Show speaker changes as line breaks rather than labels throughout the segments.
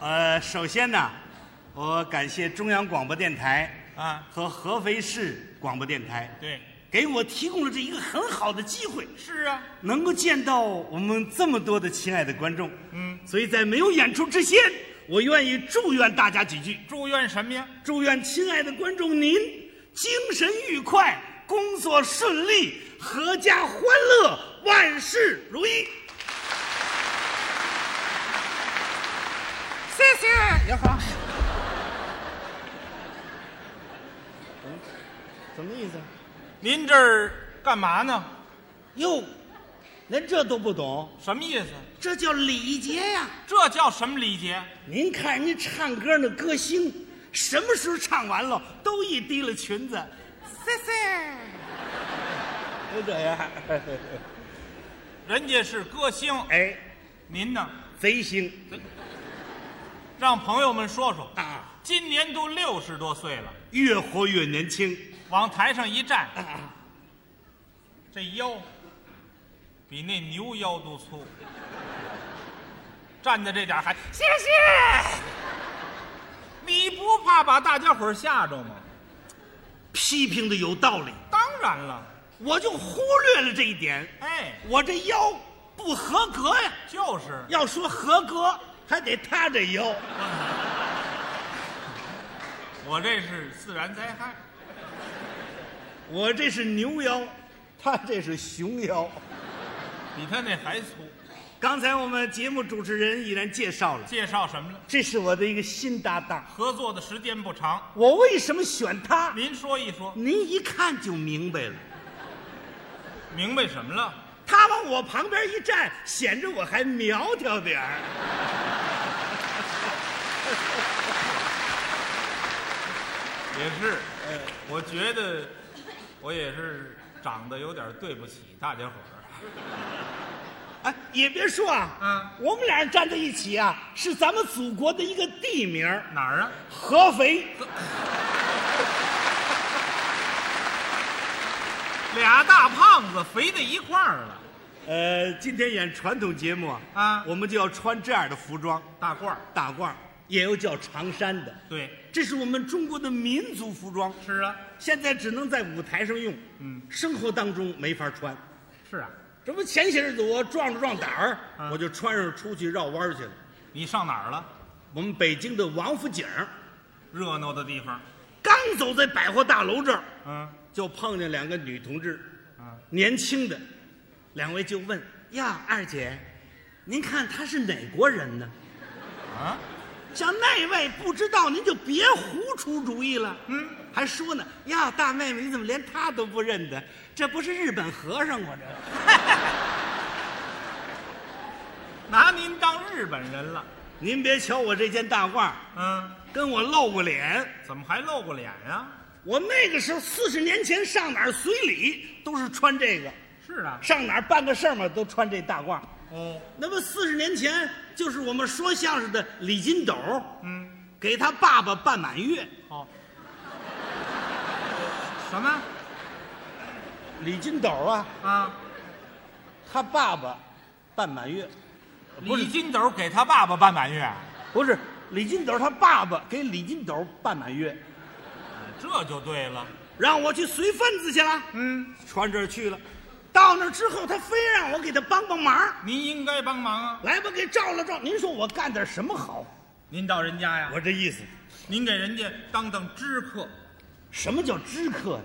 呃，首先呢，我感谢中央广播电台呃
啊
和合肥市广播电台，
对，
给我提供了这一个很好的机会，
是啊，
能够见到我们这么多的亲爱的观众。
嗯，
所以在没有演出之前，我愿意祝愿大家几句，
祝愿什么呀？
祝愿亲爱的观众您精神愉快，工作顺利，阖家欢乐，万事如意。
谢谢也好，
嗯什么意思？
您这儿干嘛呢？
哟，连这都不懂，
什么意思？
这叫礼节呀、
这叫什么礼节？
您看人家唱歌那歌星，什么时候唱完了，都一提了裙子，
谢谢。
都这样。
人家是歌星，
哎，
您呢？
贼星
让朋友们说说，
啊，
今年都六十多岁了，
越活越年轻。
往台上一站，
啊，
这腰比那牛腰都粗，站在这点儿还谢谢。你不怕把大家伙儿吓着吗？
批评的有道理，
当然了，
我就忽略了这一点。
哎，
我这腰不合格呀，
就是
要说合格，还得他这腰。
我这是自然灾害，
我这是牛腰，他这是熊腰。
比他那还粗。
刚才我们节目主持人已然介绍了，
介绍什么了？
这是我的一个新搭档。
合作的时间不长，
我为什么选他？
您说一说，
您一看就明白了。
明白什么了？
他往我旁边一站，显着我还苗条点儿。
也是，我觉得我也是长得有点对不起大家伙儿。
哎，也别说啊，
啊
我们俩站在一起啊，是咱们祖国的一个地名儿
哪儿啊？
——合肥。
俩大胖子肥在一块儿了，
呃，今天演传统节目啊，
啊
我们就要穿这样的服装，
大褂儿。
大褂儿，也有叫长衫的，
对，
这是我们中国的民族服装，
是啊，
现在只能在舞台上用，
嗯，
生活当中没法穿。
是啊。
这不前些日子我壮着壮胆儿，
啊
我就穿上出去绕弯儿去了。
你上哪儿了？
我们北京的王府井儿，
热闹的地方。
刚走在百货大楼这儿，
嗯
就碰见两个女同志，
嗯，
年轻的，两位就问：“呀，二姐，您看他是哪国人呢
啊，？”
像那位不知道，您就别胡出主意了。
嗯，
还说呢：“呀，大妹妹，你怎么连他都不认得？这不是日本和尚吗？这
拿您当日本人了。
您别瞧我这件大褂，
嗯，
跟我露过脸。
怎么还露过脸啊？
我那个时候四十年前上哪儿随礼都是穿这个，
是啊。
上哪儿办个事儿嘛都穿这大褂。
哦，
那么四十年前，就是我们说相声的李金斗，
嗯，
给他爸爸办满月。
哦。什么
李金斗啊，
啊？
他爸爸办满月，不是
李金斗给他爸爸办满月，
不是李金斗他爸爸给李金斗办满月，
哎这就对了。
让我去随份子去了，
嗯，
穿这儿去了。到那儿之后，他非让我给他帮帮忙，
您应该帮忙啊。
来吧，给照了照。您说我干点什么好？
您到人家呀，
我这意思，
您给人家当当知客。
什么叫知客呀？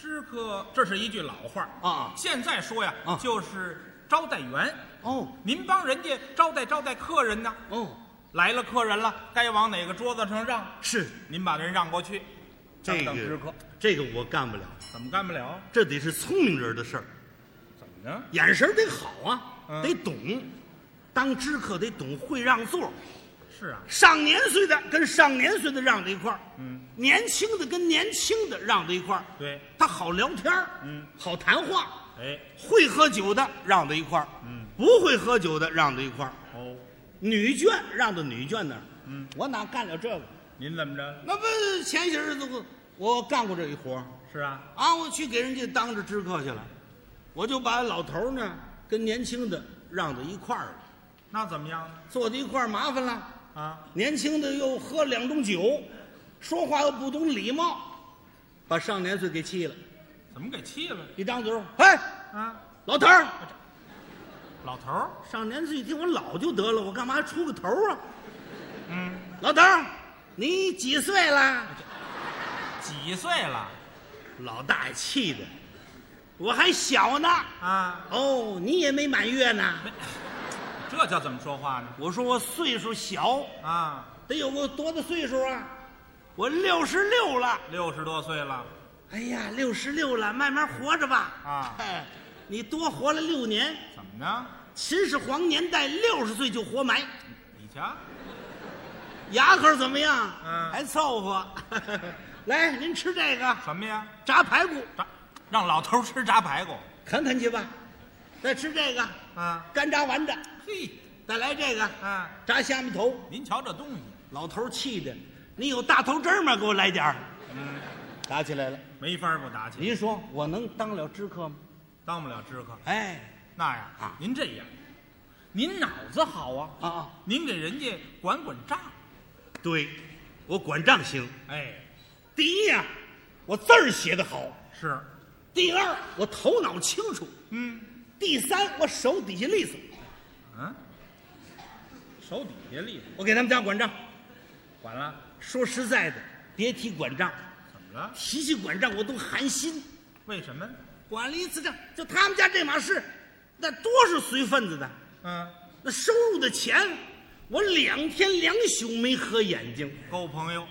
知客，这是一句老话
啊
现在说呀，
啊
就是招待员。
哦
您帮人家招待招待客人呢。
哦，
来了客人了，该往哪个桌子上让，
是
您把人让过去。
这
当当
个
知客，
这个我干不了，
怎么干不了？
这得是聪明人的事儿。
怎么呢？
眼神儿得好啊，
嗯
得懂，当知客得懂会让座。
是啊，
上年岁的跟上年岁的让在一块儿，
嗯，
年轻的跟年轻的让在一块儿，
对，
他好聊天儿
嗯，
好谈话，
哎，
会喝酒的让在一块儿，
嗯，
不会喝酒的让在一块儿。
哦，
女眷让到女眷那儿，
嗯，
我哪干了这个？
您怎么着？
那不前些日子我我干过这一活儿
是啊，
啊，我去给人家当着知客去了，我就把老头儿呢跟年轻的让到一块儿了。
那怎么样？
坐在一块儿麻烦了，
啊，
年轻的又喝两盅酒，说话又不懂礼貌，把上年岁给气了。
怎么给气了？
一张嘴，哎，
啊，
老头儿，
老头儿，
上年岁一听我老就得了，我干嘛还出个头啊？
嗯，
老头儿，你几岁了？
几岁了？
老大爷气的，我还小呢。
啊，
哦，你也没满月呢。
这叫怎么说话呢？
我说我岁数小，
啊，
得有个多大岁数啊？我六十六了。
六十多岁了，
哎呀，六十六了，慢慢活着吧。
啊
哎，你多活了六年。
怎么呢？
秦始皇年代六十岁就活埋，
你瞧，
牙口怎么样？
嗯
还凑合。 来，您吃这个
什么呀？
炸排骨，
炸，让老头儿吃炸排骨。
啃啃去吧。再吃这个
啊，
干炸丸子，
嘿，
再来这个
啊，
炸虾米头。
您瞧这东西，
老头儿气的，你有大头针吗？给我来点儿。
嗯，
打起来了。
没法不打起，
您说我能当了知客吗？
当不了知客。
哎，
那呀，
啊
您这样，您脑子好啊，
啊啊，
您给人家管管账。
对，我管账行。
哎，
第一呀、我字儿写得好；
是，
第二，我头脑清楚；
嗯
第三，我手底下利索。
嗯，手底下利索，
我给他们家管账。
管了，
说实在的，别提管账，
怎么了？
提起管账我都寒心。
为什么？
管了一次账，就他们家这码事，那多是随份子的。
嗯，
那收入的钱，我两天两宿没合眼睛，
够朋友，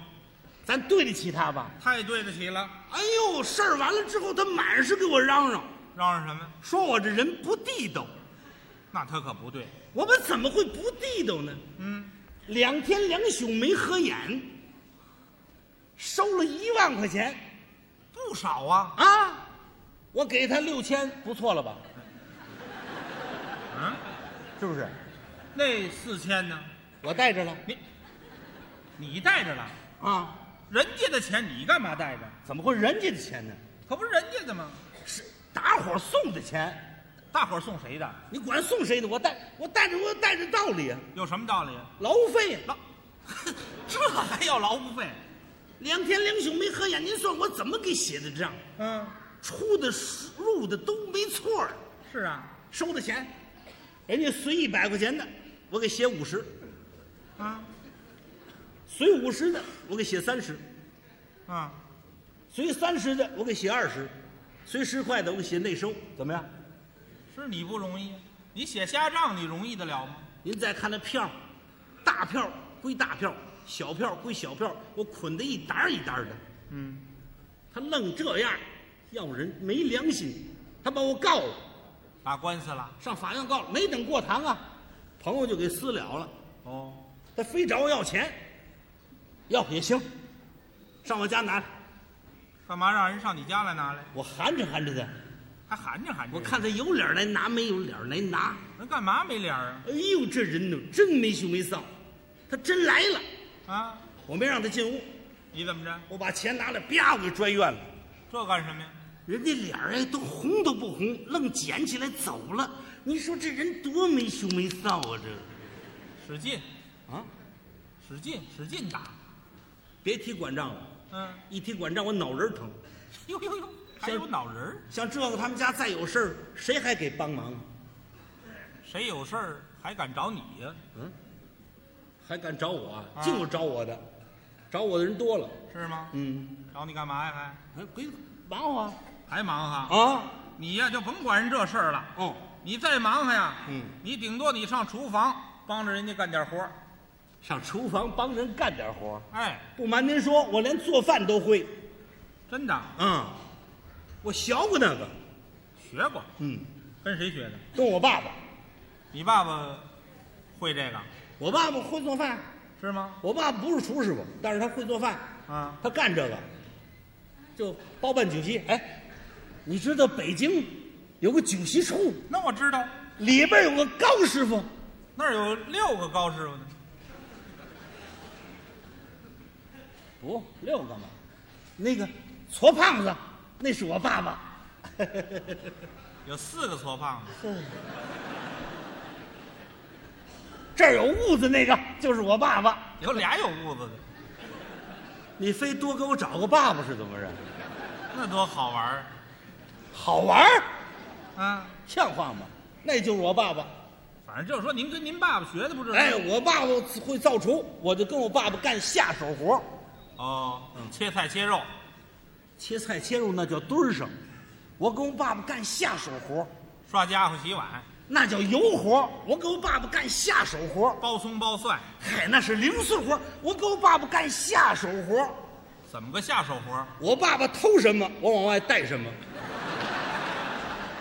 咱对得起他吧？
太对得起了。
哎呦，事儿完了之后，他满是给我嚷嚷，
嚷嚷什么？
说我这人不地道。
那他可不对。
我们怎么会不地道呢？
嗯，
两天两宿没合眼，收了一万块钱
不少啊。
啊！我给他六千，不错了吧？
嗯，
是不是？
那四千呢？
我带着了
你你带着了，
啊？
人家的钱你干嘛带着？
怎么会人家的钱呢？
可不是人家的吗？
是打伙送的钱，
大伙儿送谁的？
你管送谁呢？我带我带着我带着道理啊，
有什么道理？
劳务费啊。
劳， 这还要劳务费？
两天两宿没合眼，您算我怎么给写的账？
嗯，
出的入的都没错儿，
是啊，
收的钱，人家随一百块钱的，我给写五十；
啊
随五十的，我给写三十；
啊，
随三十的，我给写二十；随十块的，我给写内收。怎么样？
是你不容易，你写瞎账你容易得了吗？
您再看那票，大票归大票，小票归小票，我捆得一沓儿一沓儿的。
嗯，
他愣这样，要人没良心，他把我告了。
打官司了。
上法院告了，没等过堂啊，朋友就给私了了。
哦，
他非找我要钱，要也行，上我家拿来。
干嘛让人上你家来拿来？
我含着含着他，
还含着含着。
我看他有脸来拿，没有脸来拿。
人干嘛没脸儿
哎呦，这人呢，真没羞没臊。他真来了，
啊？啊，
我没让他进屋，
你怎么着？
我把钱拿来，啪，我给拽院了。
这干什么呀？
人家脸儿哎都红都不红，愣捡起来走了。你说这人多没羞没臊啊！这
使劲，
个啊，
使劲，使劲打。
别提管账了，
嗯，
一提管账我脑仁儿疼。
呦呦呦，还有脑仁儿，
像这个他们家再有事儿，谁还给帮忙啊？
谁有事儿还敢找你呀？
还敢找我啊？
啊
净有找我的，找我的人多了。
是吗？
嗯，
找你干嘛呀？
鬼忙活啊！
还还忙哈？
啊，
你呀就甭管人这事儿了。
哦，
你再忙活呀，
嗯
你顶多你上厨房帮着人家干点活儿。
上厨房帮人干点活儿。
哎，
不瞒您说，我连做饭都会。
真的
啊，我学过那个。
学过，
嗯，
跟谁学的？
跟我爸爸，
你爸爸会这个
我爸爸会做饭。
是吗？
我爸爸不是厨师傅，但是他会做饭，
啊，
他干这个，就包办酒席。哎，你知道北京有个酒席处，
那我知道，
里边有个高师傅。
那儿有六个高师傅呢。
不，六个嘛。那个矬胖子，那是我爸爸。
有四个矬胖子，
这儿有痦子那个就是我爸爸。
有俩有痦子的，
你非多给我找个爸爸是怎么着？
那多好玩儿
好玩儿，
啊！
像话吗？那就是我爸爸。
反正就是说您跟您爸爸学的不是？
哎，我爸爸会造厨，我就跟我爸爸干下手活儿
哦，切菜切肉，
切菜切肉那叫墩儿上，我跟我爸爸干下手活儿
刷家伙洗碗，
那叫油活儿我给我爸爸干下手活儿
包葱包蒜，
嗨，那是零碎活儿我给我爸爸干下手活儿
怎么个下手活儿？
我爸爸偷什么，我往外带什么。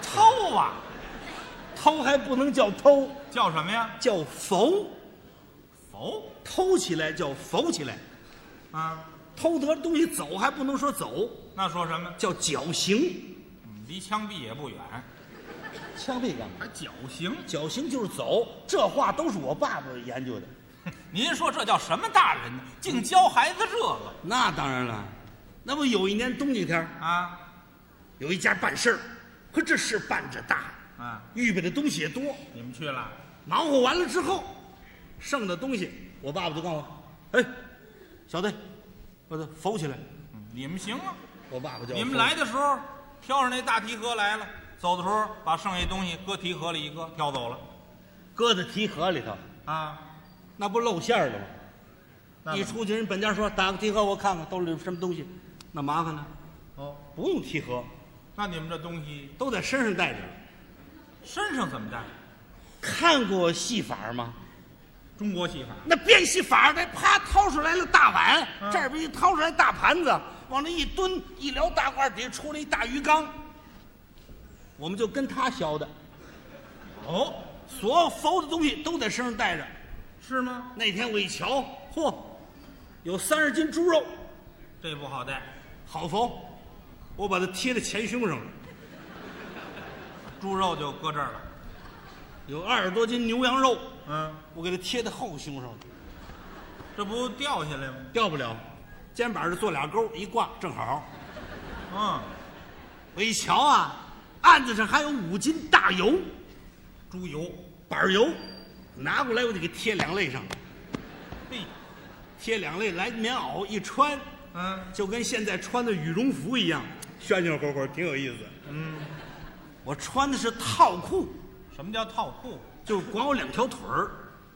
偷啊，
偷还不能叫偷，
叫什么呀？
叫浮。
哦，
偷起来叫浮起来，
啊，
偷得东西走还不能说走，
那说什么？
叫绞刑。
嗯离枪毙也不远，
枪毙干嘛？
还绞刑？
绞刑就是走，这话都是我爸爸研究的。
您说这叫什么大人呢？竟教孩子这个
那当然了，那不有一年冬景天儿，
啊
有一家办事儿，可这事办着大，
啊！
预备的东西也多。
你们去了？
忙活完了之后，剩的东西，我爸爸就告诉我：“哎，小子，把它扶起来。
嗯你们行啊！”
我爸爸叫我
你们
扶
来的时候挑上那大提盒来了，走的时候把剩下东西搁提盒里一搁，挑走了
搁在提盒里头，
啊！
那不露馅儿了吗？
那
一
怎么
出去，人本家说打个提盒，我看看兜里有什么东西，那麻烦了。
哦，
不用提盒，
那你们这东西
都在身上带着。
身上怎么带？
看过戏法吗？
中国戏法
那变戏法儿，那啪掏出来了大碗，
嗯
这边一掏出来大盘子，往那一蹲，一撩大褂底下出来一大鱼缸。我们就跟他学的，
哦，
所有浮的东西都在身上带着。
是吗？
那天我一瞧，嚯，有三十斤猪肉，
这不好带，
好浮，我把它贴在前胸上了。
猪肉就搁这儿了。
有二十多斤牛羊肉，
嗯，
我给它贴在后胸上了，
这不掉下来吗？
掉不了。肩膀这做俩钩，一挂正好。
嗯，
我一瞧啊，案子上还有五斤大油，
猪油。
板儿油，拿过来我就给贴两肋上，
嘿，
贴两肋来棉袄一穿，
嗯
就跟现在穿的羽绒服一样，炫炫乎乎，挺有意思。
嗯，
我穿的是套裤，
什么叫套裤？
就光有两条腿儿，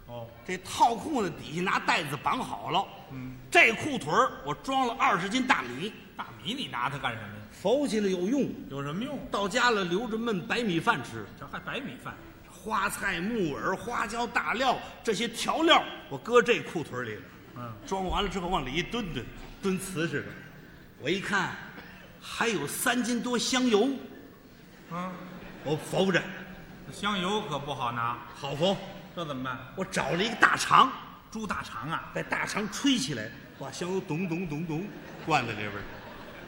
哦，
这套裤呢底下拿带子绑好了，
嗯，
这裤腿儿我装了二十斤大米，
大米你拿它干什么呀？
浮起来有用，
有什么用？
到家了留着焖白米饭吃。
这还白米饭？
花菜、木耳、花椒、大料这些调料，我搁这裤腿里了。
嗯，
装完了之后往里一蹲蹲，蹲瓷似的。我一看，还有三斤多香油，
嗯，
我浮着，
这香油可不好拿，
好浮。
这怎么办？
我找了一个大肠，
猪大肠啊？
把大肠吹起来，把香油咚咚咚咚灌在里边儿，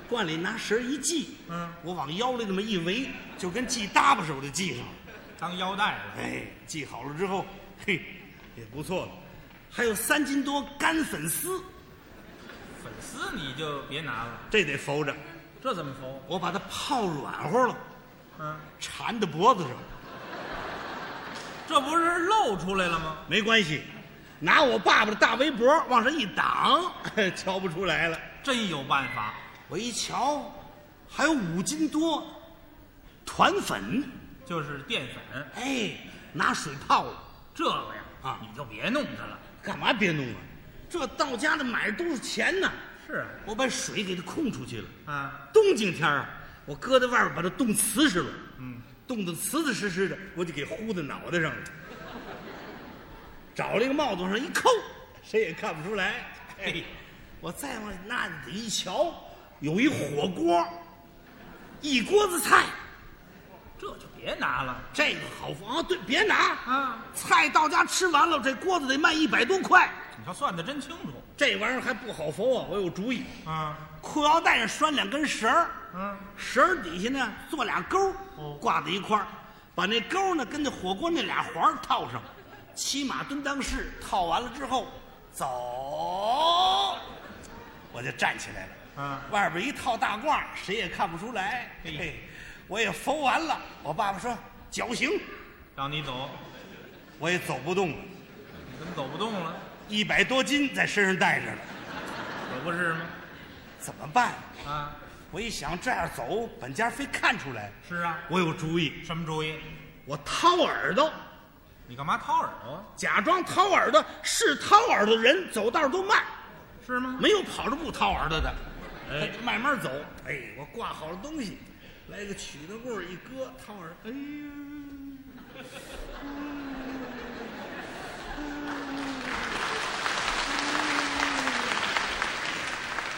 灌里拿绳儿一系，
嗯，
我往腰里那么一围，就跟系搭把手的系上了。
当腰带了。
哎，系好了之后，嘿，也不错了。还有三斤多干粉丝，
粉丝你就别拿了，
这得浮着。
这怎么熟？
我把它泡软和了，
嗯，
缠到脖子上，
这不是露出来了吗？
没关系。拿我爸爸的大围脖往上一挡， 瞧不出来了。
真有办法。
我一瞧，还有五斤多团粉，
就是淀粉，
哎，拿水泡了。
这个呀，
啊
你就别弄它了。
干嘛别弄啊？这到家的买的都是钱呐。
是
我把水给它控出去了。
啊，啊，
冬景天儿啊，我搁在外边把它冻瓷实了，
嗯，
冻得瓷瓷实实的，我就给糊在脑袋上了。找了一个帽子往上一扣，谁也看不出来。
嘿，
我再往那里一瞧，有一火锅，一锅子菜，
这就别拿了
这个好啊！对，别拿
啊！
菜到家吃完了，这锅子得卖一百多块，
你瞧算的真清楚
这玩意儿还不好缝啊！我有主意，
啊，
裤腰带上拴两根绳儿，
嗯，
绳儿底下呢做俩钩儿
哦，
挂在一块儿，把那钩儿呢跟那火锅那俩环儿套上，骑马蹲裆式套完了之后走，我就站起来了。
嗯
外边一套大褂儿，谁也看不出来。
嘿
嘿，我也缝完了。我爸爸说绞刑，
让你走，
我也走不动了。
怎么走不动了？
一百多斤在身上带着呢，
可不是吗？
怎么办？
啊，
我一想这样走，本家非看出来。
是啊，
我有主意，
什么主意？
我掏耳朵，
你干嘛掏耳朵啊？
假装掏耳朵，是掏耳朵的人走道都慢，
是吗？
没有跑着不掏耳朵的，
哎
他慢慢走。哎，我挂好了东西，来个曲子棍儿一搁，掏耳，哎呦，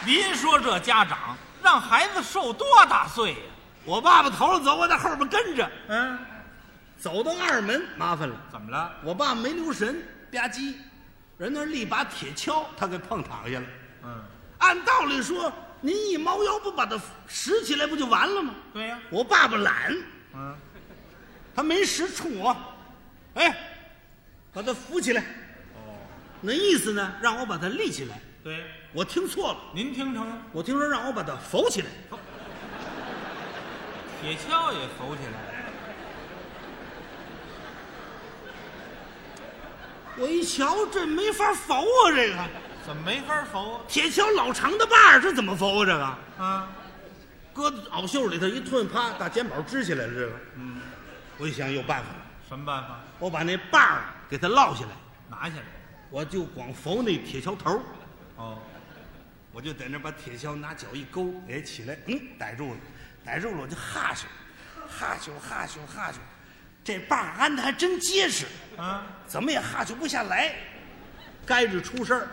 您说这家长让孩子受多大罪呀、
我爸爸头上走，我在后边跟着，
嗯，
走到二门麻烦了，
怎么了？
我爸没留神，吧唧，人那儿立把铁锹，他给碰躺下了。
嗯，
按道理说，您一猫腰不把它拾起来不就完了吗？
对啊呀、
我爸爸懒，
嗯，
他没识冲我，哎，把他扶起来，
哦，
那意思呢，让我把他立起来。
对，
我听错了，
您听成了，
我听说让我把他扶起来，
铁锹也浮起来了。
我一瞧这没法扶啊，这个
怎么没法浮啊？
铁锹老长的把儿，这怎么扶啊？这个
啊，
搁袄袖里头一吞，啪，大肩膀支起来了。这个，
嗯，
我一想有办法了，
什么办法？
我把那把儿给他落下来，
拿下来。
我就光扶那铁锹头儿。
哦，
我就在那儿把铁锹拿脚一勾，哎，起来，嗯，逮住了，逮住了，我就哈咻，哈咻哈咻哈咻，这把儿安的还真结实，
啊，
怎么也哈咻不下来，该是出事儿。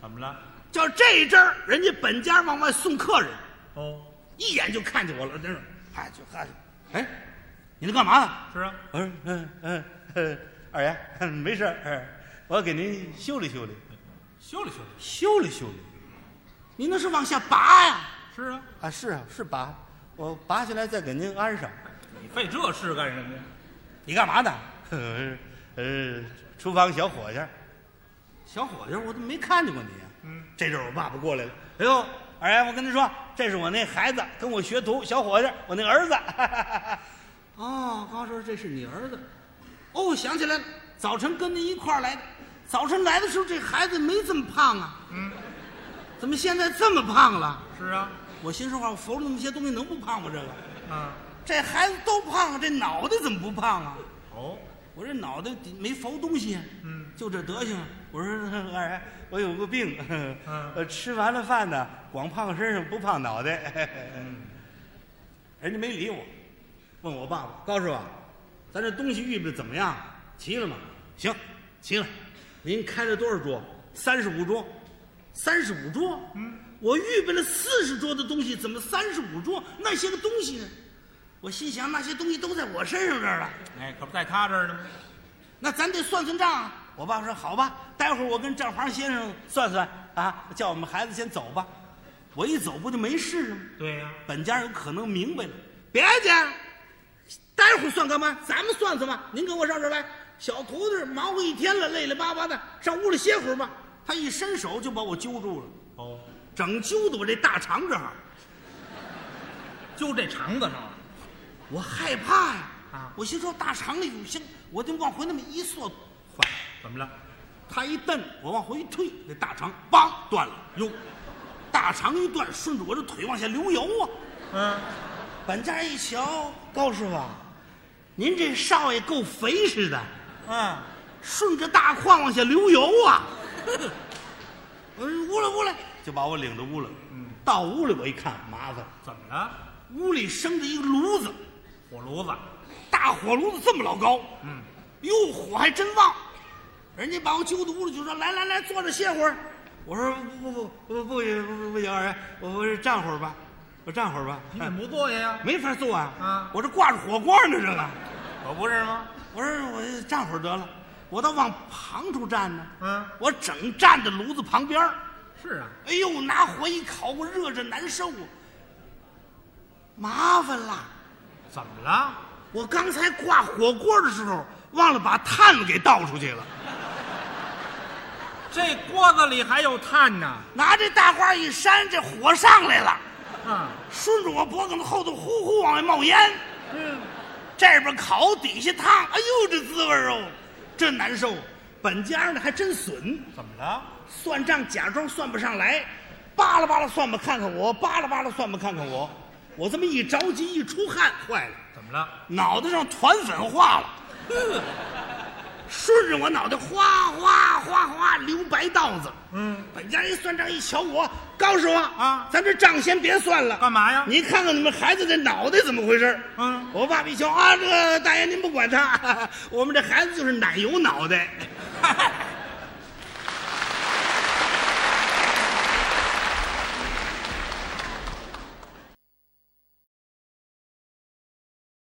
怎么了？
就这一阵儿，人家本家往外送客人，
哦，
一眼就看见我了，在那儿哈咻哈咻，哎，你那干嘛呢？
是啊，
我说，嗯嗯嗯，二爷，没事儿，哎我要给您修理修理，
修理修理。
修理修理，您那是往下拔呀、
是啊，
啊，是啊，是拔，我拔下来再给您安上。
你费这事干什么呀？
你干嘛呢？呃，呃，厨房小伙计儿。小伙计儿，我怎么没看见过你呀、
嗯，
这阵儿我爸爸过来了。哎呦，二爷，我跟您说，这是我那孩子，跟我学徒，小伙计儿，我那儿 子。哦，高叔，这是你儿子。哦，想起来了，早晨跟您一块儿来的。早晨来的时候，这孩子没这么胖啊，
嗯，
怎么现在这么胖了？
是啊，
我心说话，我缝了那么些东西，能不胖吗？这个。
啊，
这孩子都胖，这脑袋怎么不胖啊？
哦，
我这脑袋没缝东西，
嗯，
就这德行。我说 二爷，我有个病，
嗯
呃，吃完了饭呢，光胖身上不胖脑袋。
嗯
人家没理我，问我爸爸高师傅，咱这东西预备得怎么样？齐了吗？行，齐了。您开了多少桌？三十五桌，三十五桌。
嗯，
我预备了四十桌的东西，怎么三十五桌那些个东西呢？我心想那些东西都在我身上这儿了。
哎，可不在他这儿呢吗？
那咱得算算账啊。我爸说好吧，待会儿我跟账房先生算算啊，叫我们孩子先走吧。我一走不就没事了吗？
对呀、
本家有可能明白了，别介，待会儿算干嘛？咱们算算吧。您跟我上这儿来，小徒弟忙活一天了，累累巴巴的，上屋里歇会儿吧。他一伸手就把我揪住了，
哦，
整揪的我这大肠这儿，
就这肠子上了。
我害怕呀、
啊
我心说大肠里有香，我就往回那么一缩，坏了。
怎么了？
他一蹬，我往回一退，那大肠梆断了。哟，大肠一断，顺着我这腿往下流油啊！
嗯，
本家一瞧，高师傅，您这少爷够肥实的，
嗯，
顺着大胯往下流油啊！ 哎我说屋来屋来，就把我领到屋了。
嗯，
到屋里我一看，麻烦，
怎么了？
屋里生着一个炉子，
火炉子。
大火炉子这么老高，
嗯，
哟，火还真旺。人家把我揪到屋里就说：“来来来，坐着歇会儿。”我说：“不不不不不行不不不行，二爷，我我这站会儿吧，我站会儿吧，
你怎么不坐下呀？
没法坐啊。
啊
我这挂着火光呢，这个。
可不是吗？
我说我站会儿得了，我倒往旁处站呢。
嗯
我整站在炉子旁边儿
是啊，
哎呦，拿火一烤，我热着难受啊，麻烦了。
怎么了？
我刚才挂火锅的时候，忘了把炭给倒出去了。”
这锅子里还有炭呢。
拿这大花一扇，这火上来了，
啊，
顺着我脖梗子后头呼呼往外冒烟，
嗯，
这边烤，底下烫，哎呦这滋味儿哦，真难受！本家呢还真损，
怎么了？
算账假装算不上来，扒拉扒拉算吧，看看我，扒拉扒拉算吧，看看我。我这么一着急一出汗，坏了，
怎么了？
脑袋上团粉化了，
嗯
顺着我脑袋哗哗哗哗流白道子。
嗯，
本家一算账一瞧我，高师傅
啊
咱这账先别算了，
干嘛呀？
你看看你们孩子这脑袋怎么回事？
嗯
我爸爸 一瞧啊，这个大爷您不管他，我们这孩子就是奶油脑袋。